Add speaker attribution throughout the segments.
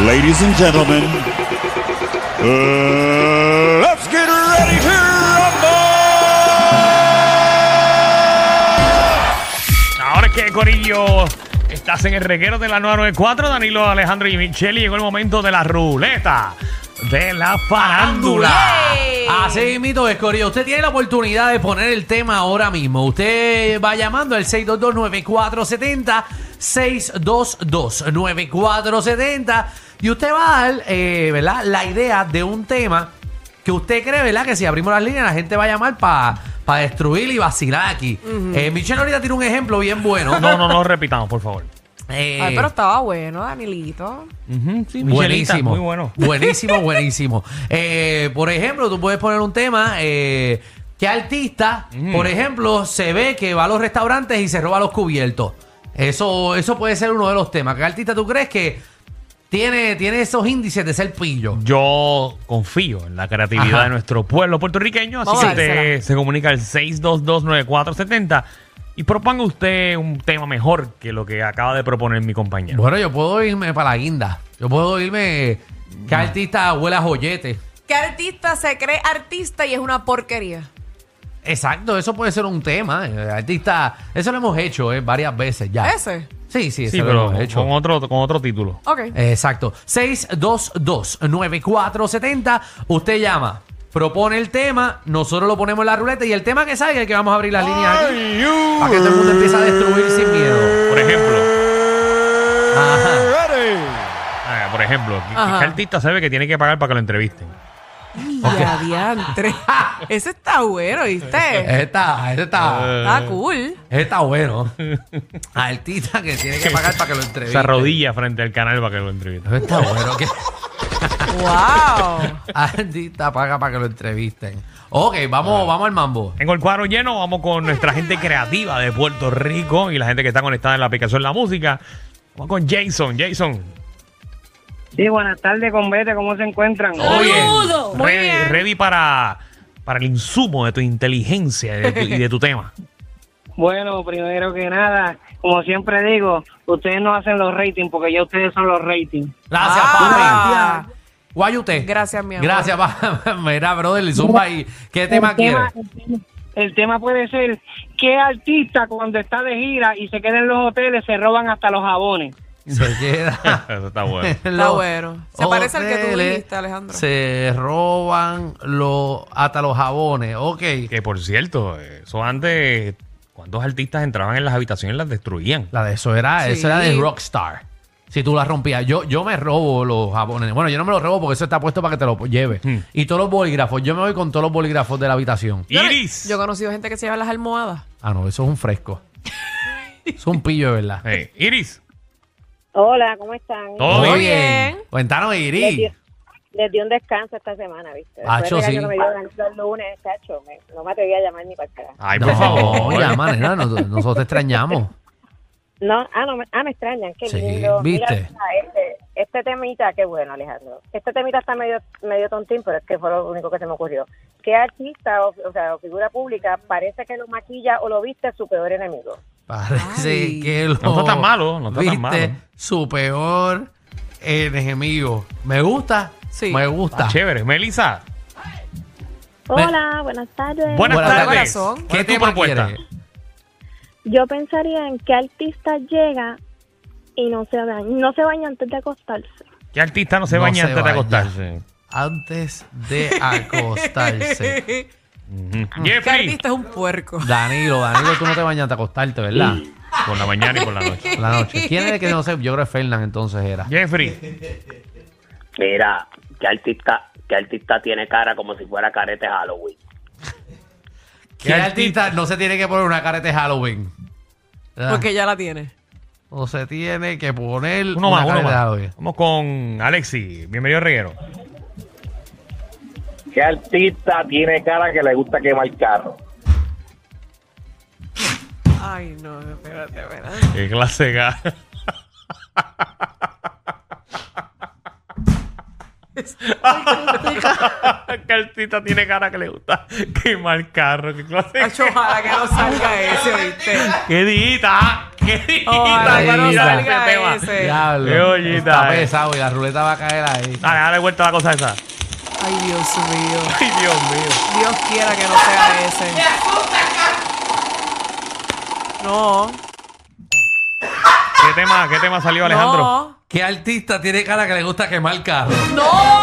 Speaker 1: Ladies and gentlemen, uh, let's get ready to rumble!
Speaker 2: Ahora es que, Corillo, estás en el reguero de la 994, Danilo, Alejandro y Michelle, y llegó el momento de la ruleta de la farándula.
Speaker 3: Así mito es, Corillo. Usted tiene la oportunidad de poner el tema ahora mismo. Usted va llamando al 622-9470, 622-9470, y usted va a dar, eh, ¿verdad? La idea de un tema que usted cree, ¿verdad? Que si abrimos las líneas, la gente va a llamar para destruir y vacilar aquí. Eh, Michelle ahorita tiene un ejemplo bien bueno.
Speaker 2: No, no, no repitamos, por favor.
Speaker 3: Eh,
Speaker 4: Ay, pero estaba bueno, Danilito.
Speaker 2: Ujú, Mm, sí, Michelita,
Speaker 3: Buenísimo.
Speaker 2: Muy bueno.
Speaker 3: Buenísimo, buenísimo. Eh, por ejemplo, tú puedes poner un tema. Eh, ¿Qué artista, por ejemplo, se ve que va a los restaurantes y se roba los cubiertos? Eso, eso puede ser uno de los temas. ¿Qué artista tú crees que tiene, tiene esos índices de ser pillo?
Speaker 2: Yo confío en la creatividad
Speaker 3: Ajá.
Speaker 2: de nuestro pueblo puertorriqueño, así
Speaker 4: Vamos
Speaker 2: que
Speaker 4: a dársela.
Speaker 2: usted se comunica al 6229470 y proponga usted un tema mejor que lo que acaba de proponer mi compañero.
Speaker 3: Bueno, yo puedo irme para la guinda. Yo puedo irme. ¿Qué artista huele a joyete?
Speaker 4: ¿Qué artista se cree artista y es una porquería?
Speaker 3: Exacto, eso puede ser un tema. eh, Artista, eso lo hemos hecho eh, varias veces ya.
Speaker 4: ¿Ese?
Speaker 3: Sí, sí, eso
Speaker 2: sí,
Speaker 3: lo
Speaker 2: pero
Speaker 3: hemos hecho.
Speaker 2: con otro, con otro título.
Speaker 4: Ok.
Speaker 3: Eh, Exacto. 622-9470. Usted llama, propone el tema, nosotros lo ponemos en la ruleta y el tema que salga es el que vamos a abrir las líneas aquí. Para que todo el mundo empiece a destruir sin miedo.
Speaker 2: Por ejemplo.
Speaker 3: Ajá.
Speaker 1: Ready.
Speaker 2: Ah, por ejemplo, ¿qué, qué
Speaker 4: Ajá.
Speaker 2: artista se ve que tiene que pagar para que lo entrevisten?
Speaker 4: Ya, diantre. Ese está bueno, ¿viste?
Speaker 3: Ese Está, ese está,
Speaker 4: Está cool.
Speaker 3: ese está bueno. Artista que tiene que pagar para que lo
Speaker 2: Se
Speaker 3: entrevisten.
Speaker 2: arrodilla frente al canal para que lo entrevisten.
Speaker 3: Ese Está bueno. que- Ah.
Speaker 4: ¡Wow!
Speaker 3: Artista paga para que lo entrevisten. Ok,
Speaker 2: Ah.
Speaker 3: vamos, vamos al mambo.
Speaker 2: Tengo el cuadro lleno, vamos con nuestra gente creativa de Puerto Rico y la gente que está conectada en la aplicación La Música. Vamos con Jason, Jason.
Speaker 5: Sí, buenas tardes, convete, ¿cómo se encuentran?
Speaker 3: Todo bien.
Speaker 4: Muy
Speaker 2: ready,
Speaker 4: bien.
Speaker 2: ready para, para el insumo de tu inteligencia y de tu, y de tu tema.
Speaker 5: Bueno, primero que nada, como siempre digo, ustedes no hacen los ratings porque ya ustedes son los ratings.
Speaker 3: Gracias,
Speaker 4: Ah.
Speaker 3: papi. Guayute.
Speaker 4: Gracias, mi amor.
Speaker 3: Gracias, papi. Mira, brother, zumba ahí. ¿Qué tema
Speaker 5: el, tema,
Speaker 3: quieres?
Speaker 5: el tema puede ser, ¿qué artista cuando está de gira y se queda en los hoteles se roban hasta los jabones?
Speaker 3: Se queda.
Speaker 2: Eso está bueno.
Speaker 3: en
Speaker 4: Está
Speaker 3: los
Speaker 4: bueno. Se parece al que tú
Speaker 3: hoteles,
Speaker 4: dijiste, Alejandro.
Speaker 3: Se roban los, hasta los jabones. Ok.
Speaker 2: Que por cierto, eso antes, ¿cuántos artistas entraban en las habitaciones y las destruían?
Speaker 3: La de eso era,
Speaker 4: Sí.
Speaker 3: eso era de Rockstar. Si tú la rompías, yo, yo me robo los jabones. Bueno, yo no me los robo porque eso está puesto para que te lo lleves.
Speaker 2: Hmm.
Speaker 3: Y todos los bolígrafos. Yo me voy con todos los bolígrafos de la habitación.
Speaker 4: Yo,
Speaker 2: Iris.
Speaker 4: yo he conocido gente que se lleva las almohadas.
Speaker 3: Ah, no, eso es un fresco. es un pillo, de verdad.
Speaker 2: Eh, Iris.
Speaker 6: Hola, ¿cómo están?
Speaker 3: Oh.
Speaker 2: Todo
Speaker 4: Muy
Speaker 2: bien.
Speaker 4: bien.
Speaker 3: Cuéntanos,
Speaker 6: Les
Speaker 3: Iri.
Speaker 6: di, les di un descanso esta semana, ¿viste?
Speaker 3: Ah,
Speaker 6: Después
Speaker 3: yo
Speaker 6: de que
Speaker 3: sí.
Speaker 6: no me dieron el lunes, cacho, me- no me atreví a llamar ni para acá.
Speaker 2: Ay, por
Speaker 3: No,
Speaker 2: favor.
Speaker 3: llama, nena, nos- nosotros te extrañamos.
Speaker 6: No, ah, no, me- ah, me extrañan, qué
Speaker 3: Sí,
Speaker 6: lindo.
Speaker 3: ¿viste?
Speaker 6: Mira, ah, este, este temita, qué bueno, Alejandro. Este temita está medio, medio tontín, pero es que fue lo único que se me ocurrió. ¿Qué artista o, o sea, o figura pública parece que lo maquilla o lo viste su peor enemigo?
Speaker 3: Parece
Speaker 4: Ay.
Speaker 3: que lo.
Speaker 2: No está tan malo, no está tan
Speaker 3: viste
Speaker 2: malo.
Speaker 3: Su peor eh, enemigo. Me gusta.
Speaker 4: Sí.
Speaker 3: Me gusta.
Speaker 2: Está chévere. Melissa.
Speaker 7: Hola, buenas tardes.
Speaker 2: Buenas,
Speaker 3: Buenas
Speaker 2: tardes.
Speaker 4: tardes. Corazón.
Speaker 2: ¿Qué
Speaker 3: ¿Qué
Speaker 2: es tu
Speaker 3: tema
Speaker 2: propuesta?
Speaker 3: quieres?
Speaker 7: Yo pensaría en qué artista llega y no se baña, no se baña antes de acostarse.
Speaker 2: ¿Qué artista no se
Speaker 3: No
Speaker 2: baña
Speaker 3: se
Speaker 2: antes de
Speaker 3: baña.
Speaker 2: acostarse?
Speaker 3: Antes de acostarse.
Speaker 2: Ujú.
Speaker 4: ¿Qué
Speaker 2: Jeffrey.
Speaker 4: artista es un puerco?
Speaker 3: Danilo, Danilo, tú no te bañas antes de acostarte, ¿verdad?
Speaker 2: Por la mañana y por la noche.
Speaker 3: Por la noche. ¿Quién es el que no sé? Yo creo que Fernan entonces era.
Speaker 2: Jeffrey.
Speaker 8: Mira, ¿qué artista, qué artista tiene cara como si fuera carete Halloween?
Speaker 3: ¿Qué artista no se tiene que poner una careta de Halloween? ¿Verdad?
Speaker 4: Porque ya la tiene.
Speaker 3: o se tiene que poner
Speaker 2: Uno más,
Speaker 3: una
Speaker 2: uno
Speaker 3: careta
Speaker 2: más.
Speaker 3: hoy.
Speaker 2: Vamos con Alexi. Bienvenido, Reguero.
Speaker 8: ¿Qué artista tiene cara que le gusta quemar carro?
Speaker 4: Ay, no, espérate, espérate.
Speaker 2: Qué clase de ga- ¿Qué artista tiene cara que le gusta quemar carro? ¿Qué clase de-
Speaker 4: Ay, ojalá que no salga ese, ¿viste?
Speaker 2: ¡Qué dijita! ¡Qué dijita!
Speaker 4: Ojalá que no
Speaker 2: Mira
Speaker 4: salga
Speaker 2: tema.
Speaker 4: ese.
Speaker 3: Diablo.
Speaker 2: Qué ollita,
Speaker 3: Está
Speaker 2: eh.
Speaker 3: pesado y la ruleta va a caer ahí.
Speaker 2: Dale, dale vuelta a la cosa esa.
Speaker 4: Ay, Dios mío.
Speaker 2: ¡Ay, Dios mío!
Speaker 4: Dios quiera que no sea ese. No,
Speaker 2: ¿Qué tema, qué tema salió, Alejandro?
Speaker 4: no,
Speaker 3: ¿Qué artista tiene cara que le gusta quemar carro?
Speaker 4: no.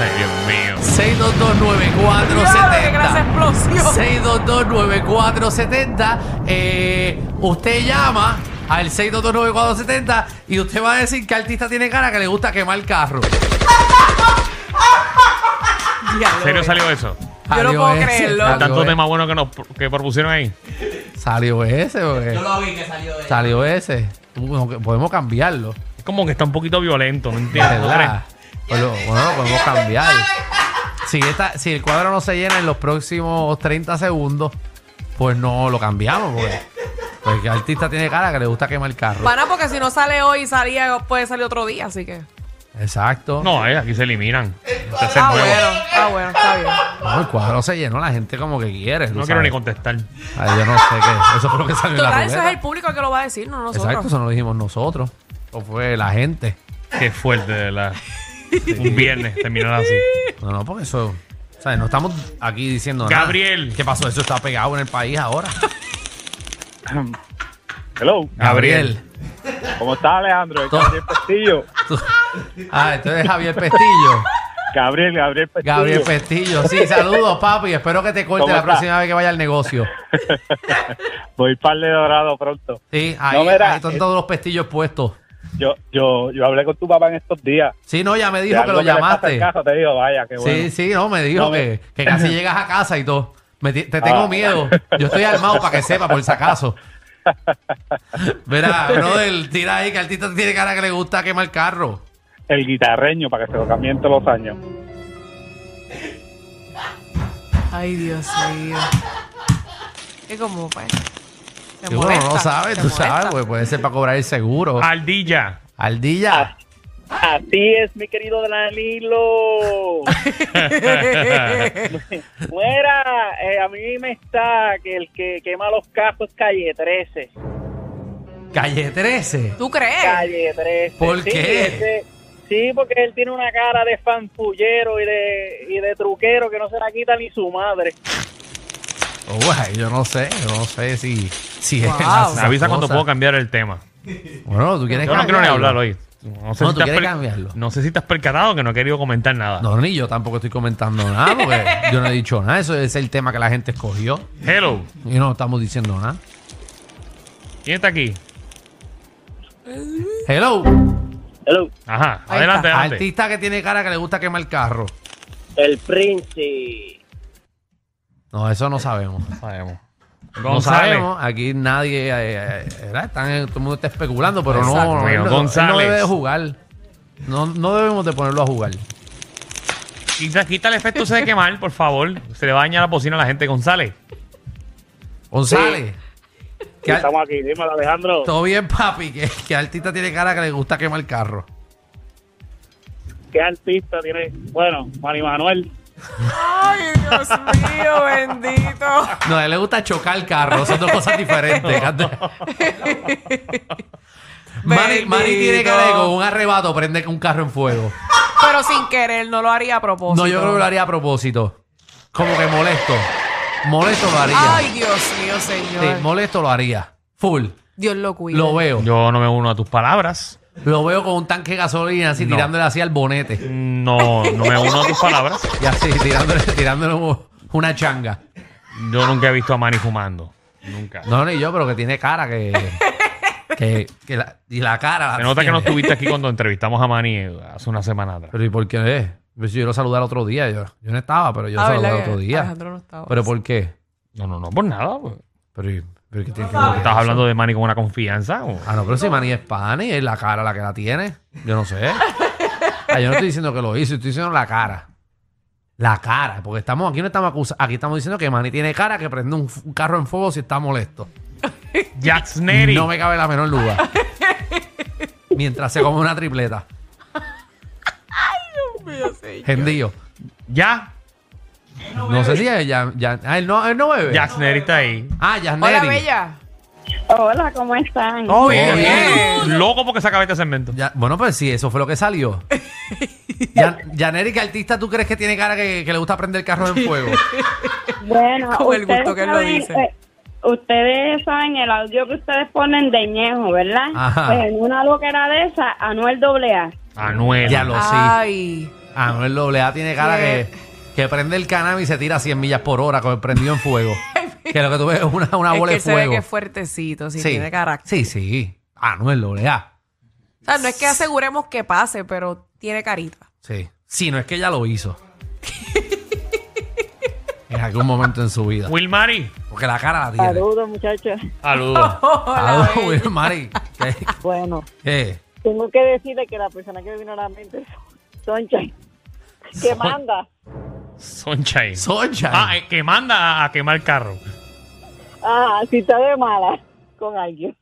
Speaker 2: ¡Ay, Dios mío!
Speaker 3: 6229470.
Speaker 4: Claro, qué clase de explosión.
Speaker 3: 6229470. Eh, usted llama al 6229470 y usted va a decir qué artista tiene cara que le gusta quemar carro.
Speaker 4: Diablo,
Speaker 2: ¿En serio
Speaker 4: eh.
Speaker 2: salió eso?
Speaker 4: Yo no
Speaker 3: Salió
Speaker 4: puedo
Speaker 3: ese,
Speaker 4: creerlo.
Speaker 3: salió
Speaker 2: Tanto
Speaker 3: ese.
Speaker 2: tema bueno que nos que propusieron ahí.
Speaker 3: Salió ese, porque
Speaker 1: lo vi que salió de
Speaker 3: salió ese. Uh, no, que podemos cambiarlo.
Speaker 2: Es como que está un poquito violento, ¿no entiendes? ¿No crees?
Speaker 3: ¿Verdad? Pues lo- bueno, lo podemos cambiar. Si, esta- si el cuadro no se llena en los próximos 30 segundos, pues no lo cambiamos. Porque, porque el artista tiene cara que le gusta quemar carro.
Speaker 4: Pana, porque si no sale hoy, salía, puede salir otro día, así que.
Speaker 3: Exacto.
Speaker 2: No, eh, aquí se eliminan. Este es el
Speaker 4: Ah,
Speaker 2: nuevo.
Speaker 4: bueno, ah, bueno, está bien.
Speaker 3: No, el cuadro se llenó, la gente como que quiere.
Speaker 2: No
Speaker 3: tú
Speaker 2: quiero
Speaker 3: sabes.
Speaker 2: ni contestar.
Speaker 3: Ay, yo no sé qué. Eso fue lo que salió en la
Speaker 4: Total, eso es
Speaker 3: ruleta.
Speaker 4: el público que lo va a decir, no nosotros.
Speaker 3: Exacto, eso no lo dijimos nosotros. O fue la gente.
Speaker 2: Qué fuerte, de verdad. Un viernes terminar así.
Speaker 3: No, no, porque eso. O sea, no estamos aquí diciendo nada.
Speaker 2: Gabriel.
Speaker 3: Ah. ¿Qué pasó? Eso está pegado en el país ahora.
Speaker 8: Hello,
Speaker 2: Gabriel.
Speaker 8: ¿cómo estás Alejandro? Es
Speaker 3: Todo-
Speaker 8: Gabriel Pestillo.
Speaker 3: Tú- Ah, entonces Javier Pestillo.
Speaker 8: Gabriel, Gabriel Pestillo.
Speaker 3: Gabriel Pestillo. Sí, saludos, papi. Espero que te corte
Speaker 8: ¿Cómo
Speaker 3: la
Speaker 8: está?
Speaker 3: próxima vez que vaya al negocio.
Speaker 8: Voy par de dorado pronto.
Speaker 3: Sí, ahí,
Speaker 8: No, mira,
Speaker 3: ahí están
Speaker 8: eh.
Speaker 3: todos los pestillos puestos.
Speaker 8: Yo, yo, yo hablé con tu papá en estos días.
Speaker 3: Sí, no, ya me dijo
Speaker 8: De
Speaker 3: que
Speaker 8: algo
Speaker 3: lo
Speaker 8: le pasa al
Speaker 3: llamaste.
Speaker 8: carro, te digo, vaya, qué bueno.
Speaker 3: Sí, sí, no, me dijo
Speaker 8: No,
Speaker 3: que,
Speaker 8: me-
Speaker 3: que casi llegas a casa y todo. Me ti- te tengo
Speaker 8: Ah.
Speaker 3: miedo. Yo estoy armado para que sepa, por si acaso. Verá, brother, tira ahí que artista tiene cara que le gusta quemar carro.
Speaker 8: El guitarreño para que se lo cambien todos los años.
Speaker 4: Ay, Dios mío. Es como, pues. Te
Speaker 3: Y uno no
Speaker 4: molesta,
Speaker 3: lo sabe,
Speaker 4: te
Speaker 3: tú
Speaker 4: molesta.
Speaker 3: sabes, pues puede ser para cobrar el seguro.
Speaker 2: Ah. Ardilla.
Speaker 3: Al
Speaker 8: Ah.
Speaker 3: día.
Speaker 8: Así es, mi querido Danilo. Fuera, eh, a mí me está que el que quema los cajos es calle 13.
Speaker 3: Calle 13.
Speaker 4: ¿Tú crees?
Speaker 8: Calle 13.
Speaker 3: ¿Por
Speaker 8: Sí,
Speaker 3: qué?
Speaker 8: ese- sí, porque él tiene una cara de fanfullero y de, y de truquero que no se la quita ni su madre.
Speaker 3: Oh, ay, yo no sé, yo no sé si, si
Speaker 4: Wow.
Speaker 3: es más
Speaker 2: Me avisa cuando
Speaker 3: cosa.
Speaker 2: puedo cambiar el tema.
Speaker 3: Bueno, tú quieres
Speaker 2: Yo no quiero ni
Speaker 3: cambiarlo?
Speaker 2: hablar hoy. No
Speaker 3: No,
Speaker 2: si
Speaker 3: tú
Speaker 2: te has
Speaker 3: quieres
Speaker 2: per-
Speaker 3: cambiarlo.
Speaker 2: No sé si te has percatado que no he querido comentar nada.
Speaker 3: No, ni yo tampoco estoy comentando nada porque yo no he dicho nada. Eso es el tema que la gente escogió
Speaker 2: Hello.
Speaker 3: y no estamos diciendo nada.
Speaker 2: ¿Quién está aquí?
Speaker 3: Hello,
Speaker 8: Hello,
Speaker 2: Ajá.
Speaker 4: Ahí
Speaker 2: adelante,
Speaker 4: está.
Speaker 2: adelante.
Speaker 3: artista que tiene cara que le gusta quemar carro.
Speaker 8: el príncipe.
Speaker 3: No, eso no sabemos.
Speaker 2: No sabemos.
Speaker 3: No
Speaker 2: González.
Speaker 3: sabemos. Aquí nadie. eh, eh, ¿verdad? Están- todo el mundo está especulando, pero no,
Speaker 4: Exacto.
Speaker 3: no, él
Speaker 2: Bueno,
Speaker 3: no, él
Speaker 2: González.
Speaker 3: no debe de jugar. No, no debemos de ponerlo a jugar.
Speaker 2: Quita, quita el efecto ese de quemar, por favor. Se le va a dañar la bocina a la gente, González.
Speaker 3: González. ¿qué ar-
Speaker 8: aquí, dímelo Alejandro.
Speaker 3: Todo bien, papi. ¿Qué, qué artista tiene cara que le gusta quemar carro?
Speaker 8: ¿Qué artista tiene? Bueno, Mari Manuel.
Speaker 4: Ay, Dios mío, bendito.
Speaker 3: No, a él le gusta chocar carro. Son dos cosas diferentes. Mari, Mari tiene
Speaker 4: Bendito.
Speaker 3: cara de con un arrebato prende un carro en fuego.
Speaker 4: Pero sin querer, no lo haría a propósito.
Speaker 3: No, yo creo que lo haría a propósito. Como que molesto. Molesto lo haría.
Speaker 4: Ay, Dios mío,
Speaker 3: Sí,
Speaker 4: señor.
Speaker 3: molesto lo haría. Full.
Speaker 4: Dios lo cuide.
Speaker 3: Lo veo.
Speaker 2: Yo no me uno a tus palabras.
Speaker 3: Lo veo con un tanque de gasolina así
Speaker 2: No.
Speaker 3: tirándole así al bonete.
Speaker 2: No, no me uno a tus palabras.
Speaker 3: Y así tirándole, tirándole un- una changa.
Speaker 2: Yo nunca he visto a Manny fumando. Nunca.
Speaker 3: No, ni yo, pero que tiene cara que. que, que la- y la cara.
Speaker 2: Se nota que no
Speaker 3: tiene.
Speaker 2: estuviste aquí cuando entrevistamos a Manny eh, hace una semana atrás.
Speaker 3: Pero ¿y por qué? Pues yo lo saludé al otro día. Yo, yo no estaba, pero yo lo
Speaker 4: Ah,
Speaker 3: saludé al
Speaker 4: ¿verdad que
Speaker 3: otro día.
Speaker 4: Alejandro no estaba.
Speaker 3: ¿Pero por qué?
Speaker 2: No, no, no, por nada. pues.
Speaker 3: Pero, ¿y- Pero que tiene que ver
Speaker 2: ¿Estás hablando de Manny con una confianza? o?
Speaker 3: Ah, no, pero si Manny es pan y es la cara la que la tiene. Yo no sé. Ah, yo no estoy diciendo que lo hizo, estoy diciendo la cara. La cara, porque estamos aquí no estamos acusando, aquí estamos diciendo que Manny tiene cara que prende un, f- un carro en fuego si está molesto.
Speaker 2: Jack Snery.
Speaker 3: No me cabe la menor duda. Mientras se come una tripleta. Gendío.
Speaker 2: Ya.
Speaker 3: No sé si es ya, ya- ah, él no, él no bebe.
Speaker 2: Jack Snery está ahí.
Speaker 3: Ah, ya
Speaker 4: Hola, Bella.
Speaker 7: Hola, ¿cómo están?
Speaker 2: Oh,
Speaker 3: bien,
Speaker 2: bien. Loco porque se acaba este segmento.
Speaker 3: Ya- bueno, pues sí, eso fue lo que salió. Ya- Yaneri, ¿qué artista tú crees que tiene cara que, que le gusta prender carros en fuego?
Speaker 7: Bueno,
Speaker 4: Con el gusto
Speaker 7: ustedes
Speaker 4: que él lo
Speaker 7: saben,
Speaker 4: dice.
Speaker 7: eh, ustedes saben el audio que ustedes ponen de Ñejo, ¿verdad?
Speaker 3: Ajá.
Speaker 7: Pues en una loquera de esa, Anuel AA.
Speaker 2: Anuel.
Speaker 3: ya lo oh, sí.
Speaker 4: Ay.
Speaker 3: Anuel Doblea tiene cara que, que prende el cannabis y se tira a 100 millas por hora con el prendido en fuego. que lo que tú ves es una, una
Speaker 4: es
Speaker 3: bola
Speaker 4: que
Speaker 3: de
Speaker 4: se ve
Speaker 3: fuego.
Speaker 4: que es fuertecito, sí, tiene carácter.
Speaker 3: Sí, sí. Anuel Doblea.
Speaker 4: O sea, no es que aseguremos que pase, pero tiene carita.
Speaker 3: Sí. Sí, no es que ya lo hizo. en algún momento en su vida.
Speaker 2: Wilmary.
Speaker 3: Porque la cara la tiene.
Speaker 6: Saludos, muchachos.
Speaker 2: Saludos.
Speaker 3: Saludos, Will Mari. ¿Qué?
Speaker 6: Bueno,
Speaker 3: ¿Qué?
Speaker 6: tengo que decirle que la persona que me vino a la mente es Soncha, que
Speaker 3: Son-
Speaker 6: manda.
Speaker 2: Sunshine.
Speaker 3: Soncha.
Speaker 2: Ah, eh, que manda a- a quemar carro.
Speaker 6: Ah, si está de mala con alguien.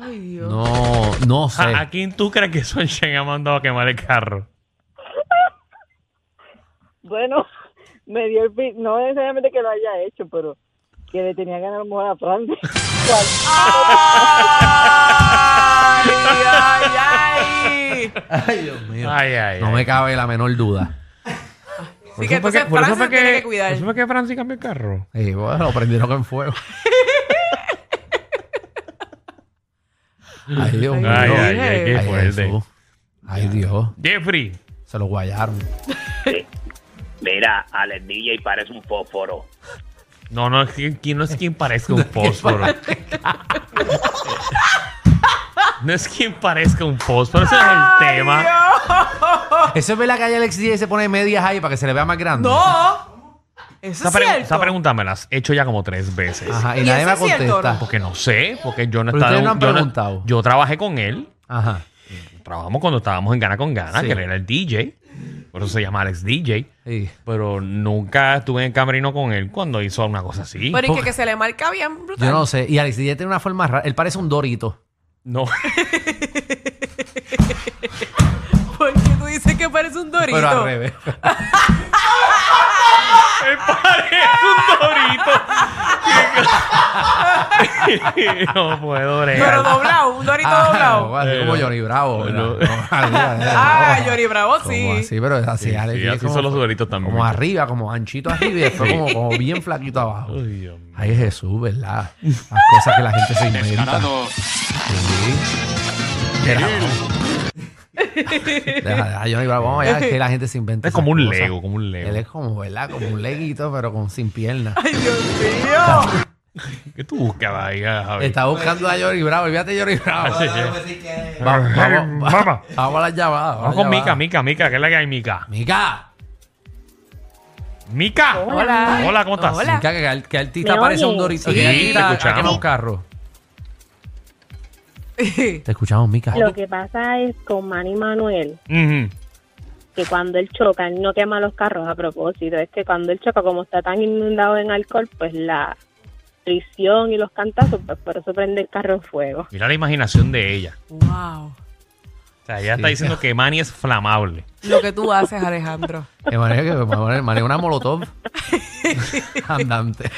Speaker 4: Ay, Dios.
Speaker 3: No, no sé.
Speaker 2: Ah, ¿A quién tú crees que Sunshine ha mandado a quemar el carro?
Speaker 6: Bueno, me dio el pi- no necesariamente que lo haya hecho, pero que le tenía ganas a lo mejor a Francia.
Speaker 4: Ay, ay, ay.
Speaker 3: Ay, Dios mío.
Speaker 2: Ay, ay,
Speaker 3: No
Speaker 2: ay.
Speaker 3: me cabe la menor duda.
Speaker 4: Así que entonces Francis tiene que cuidar.
Speaker 2: por eso fue que Francis cambió el carro.
Speaker 3: Y bueno, lo prendieron en fuego. Ay, Dios mío.
Speaker 2: Ay, ay, ay, qué
Speaker 3: Ay,
Speaker 2: fuerte.
Speaker 3: Jesús. Ay, Dios.
Speaker 2: Jeffrey.
Speaker 3: Se lo guayaron.
Speaker 8: Mira, Alex DJ parece un fósforo.
Speaker 2: No, no, es que- que no es quien parezca un fósforo. No es quien parezca un fósforo, ese es el tema.
Speaker 3: Eso es verdad que hay Alex DJ se pone medias ahí para que se le vea más grande.
Speaker 4: No.
Speaker 2: Esa,
Speaker 4: Eso es
Speaker 2: pre-
Speaker 4: cierto.
Speaker 2: esa pregunta me la has hecho ya como tres veces.
Speaker 3: Ajá, y,
Speaker 4: ¿Y
Speaker 3: nadie
Speaker 4: eso
Speaker 3: me
Speaker 4: es cierto o
Speaker 3: contesta.
Speaker 2: Porque no sé, porque yo no
Speaker 3: Pero
Speaker 2: estaba.
Speaker 3: ustedes no han
Speaker 2: yo,
Speaker 3: preguntado.
Speaker 2: yo trabajé con él.
Speaker 3: Ajá.
Speaker 2: Trabajamos cuando estábamos en Gana con Gana,
Speaker 3: Sí.
Speaker 2: que él era el DJ. Por eso se llama Alex DJ.
Speaker 3: Sí.
Speaker 2: Pero nunca estuve en el camerino con él cuando hizo una cosa así.
Speaker 4: Pero y que,
Speaker 3: porque-
Speaker 4: que se le marca bien. brutal.
Speaker 3: Yo no sé. Y Alex DJ tiene una forma rara. Él parece un dorito.
Speaker 2: No.
Speaker 4: Porque tú dices que parece un dorito.
Speaker 3: Pero al revés.
Speaker 2: Me parece un dorito. no puedo bregar.
Speaker 4: Pero doblado, un dorito
Speaker 3: Ah,
Speaker 4: doblado.
Speaker 3: no, así como Johnny Bravo.
Speaker 2: No.
Speaker 4: Ah,
Speaker 3: Ah,
Speaker 4: Johnny Bravo, sí.
Speaker 3: Así, pero es así,
Speaker 2: Sí,
Speaker 3: Alex.
Speaker 2: sí,
Speaker 3: DJ
Speaker 2: así
Speaker 3: como-
Speaker 2: son los doritos también.
Speaker 3: Como arriba, como anchito arriba y después
Speaker 2: Sí. Mm.
Speaker 3: como, como bien flaquito abajo.
Speaker 2: Ay, Dios mío.
Speaker 3: Ay, Jesús, ¿verdad? Las cosas que la gente se inventa. Sí. Deja, deja, deja, Johnny Bravo, vamos allá, es que la gente se inventa.
Speaker 2: Es
Speaker 3: esas
Speaker 2: como un
Speaker 3: cosas.
Speaker 2: Lego, como un Lego.
Speaker 3: Él es como, ¿verdad? Como un leguito, pero con sin piernas.
Speaker 4: Ay, Dios mío.
Speaker 2: ¿Qué tú buscabas ahí, Javi?
Speaker 3: Está buscando a Johnny Bravo, olvídate Johnny Bravo.
Speaker 2: Sí.
Speaker 3: Vamos, vamos,
Speaker 2: Vamos.
Speaker 3: vamos a las llamadas.
Speaker 2: Vamos
Speaker 3: a
Speaker 2: con
Speaker 3: las
Speaker 2: Mica,
Speaker 3: llamadas.
Speaker 2: Mica, Mica, que es la que hay, Mica.
Speaker 3: Mica.
Speaker 2: Mica.
Speaker 4: Hola.
Speaker 2: Hola, ¿cómo estás?
Speaker 4: Hola.
Speaker 3: Mica, que, al- que artista
Speaker 6: ¿Me
Speaker 3: parece un
Speaker 6: oyes?
Speaker 3: dorito.
Speaker 2: Sí,
Speaker 3: que
Speaker 2: te
Speaker 3: artista,
Speaker 2: escuchamos.
Speaker 3: ha quemado un carro. Te escuchamos, Mica.
Speaker 7: Lo que pasa es con Manny Manuel,
Speaker 2: Ujú.
Speaker 7: que cuando él choca, él no quema los carros a propósito, es que cuando él choca, como está tan inundado en alcohol, pues la prisión y los cantazos, pues por eso prende el carro en fuego.
Speaker 2: Mira la imaginación de ella.
Speaker 4: Wow.
Speaker 2: O sea, ella
Speaker 3: Sí.
Speaker 2: está diciendo que Manny es flamable.
Speaker 4: Lo que tú haces, Alejandro.
Speaker 3: De manera que me pone- me pone una molotov andante.